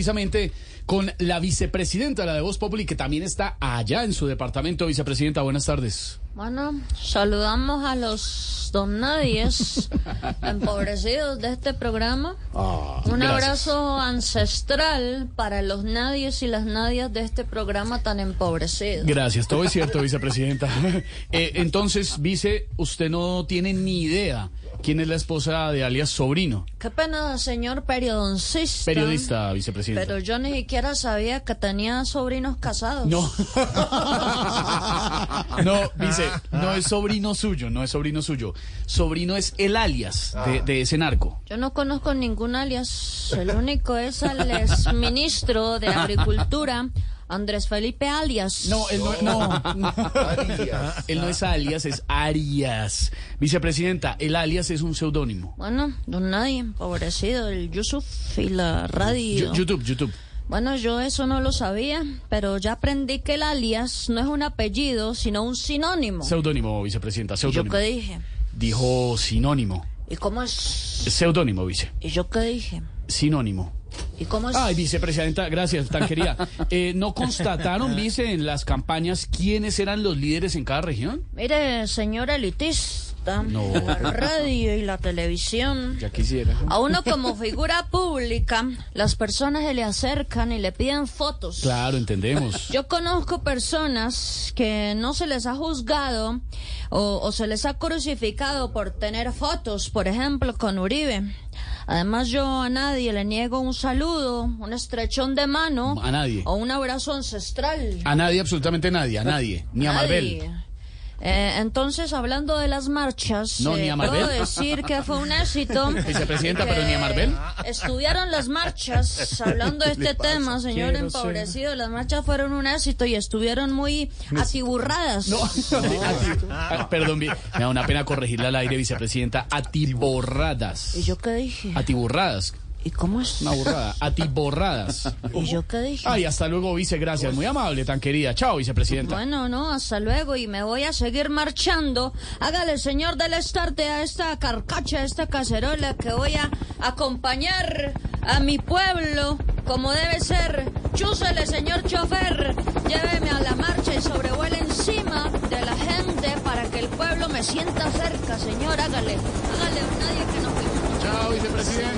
precisamente con la vicepresidenta, la de Voz Populi, que también está allá en su departamento. Vicepresidenta, buenas tardes. Bueno, saludamos a los don nadies empobrecidos de este programa. Ah, Un gracias. abrazo ancestral para los nadies y las nadias de este programa tan empobrecido. Gracias, todo es cierto, vicepresidenta. Eh, entonces, vice, usted no tiene ni idea quién es la esposa de alias Sobrino, Qué pena, señor periodoncista. periodista, vicepresidenta. Pero yo ni siquiera sabía que tenía sobrinos casados. No. No, dice, no es sobrino suyo, no es sobrino suyo. Sobrino es el alias de, de ese narco. Yo no conozco ningún alias. El único es el exministro de Agricultura, Andrés Felipe Alias. No, él no, no. Él no es alias, es Arias. Vicepresidenta, el alias es un seudónimo. Bueno, don nadie, empobrecido, el Yusuf y la radio. Yo- YouTube, YouTube. Bueno, yo eso no lo sabía, pero ya aprendí que el alias no es un apellido, sino un sinónimo. Seudónimo, vicepresidenta, ¿Y yo seudónimo. qué dije? Dijo sinónimo. ¿Y cómo es? Seudónimo, vice. ¿Y yo qué dije? Sinónimo. ¿Y cómo es? Ay, vicepresidenta, gracias, tan querida. Eh, ¿No constataron, vice, en las campañas quiénes eran los líderes en cada región? Mire, señor elitista, No. la radio y la televisión. Ya quisiera. A uno como figura pública, las personas se le acercan y le piden fotos. Claro, entendemos. Yo conozco personas que no se les ha juzgado o, o se les ha crucificado por tener fotos, por ejemplo, con Uribe. Además, yo a nadie le niego un saludo, un estrechón de mano A nadie. o un abrazo ancestral. A nadie, absolutamente nadie, a nadie. Ni a Nadie. Marvel. Eh, entonces, hablando de las marchas, eh, No, ni a Marvel. puedo decir que fue un éxito. Vicepresidenta, que pero ni a Marvel. Estudiaron las marchas, hablando de este tema, señor empobrecido. Las marchas fueron un éxito y estuvieron muy atiburradas. No, Ah, perdón, vi- me da una pena corregirla al aire, vicepresidenta. Atiborradas. ¿Y yo qué dije? Atiburradas. ¿Y cómo es? Una burrada. Atiborradas. ¿Y yo qué dije? Ay, hasta luego, vice, gracias. Muy amable, tan querida. Chao, vicepresidenta. Bueno, no, hasta luego y me voy a seguir marchando. Hágale, señor del estarte, a esta carcacha, a esta cacerola que voy a acompañar a mi pueblo como debe ser. Chúsele, señor chofer, lléveme a la marcha y sobrevuele encima de la gente para que el pueblo me sienta cerca, señor. Hágale, hágale, nadie que no Chao, vicepresidenta.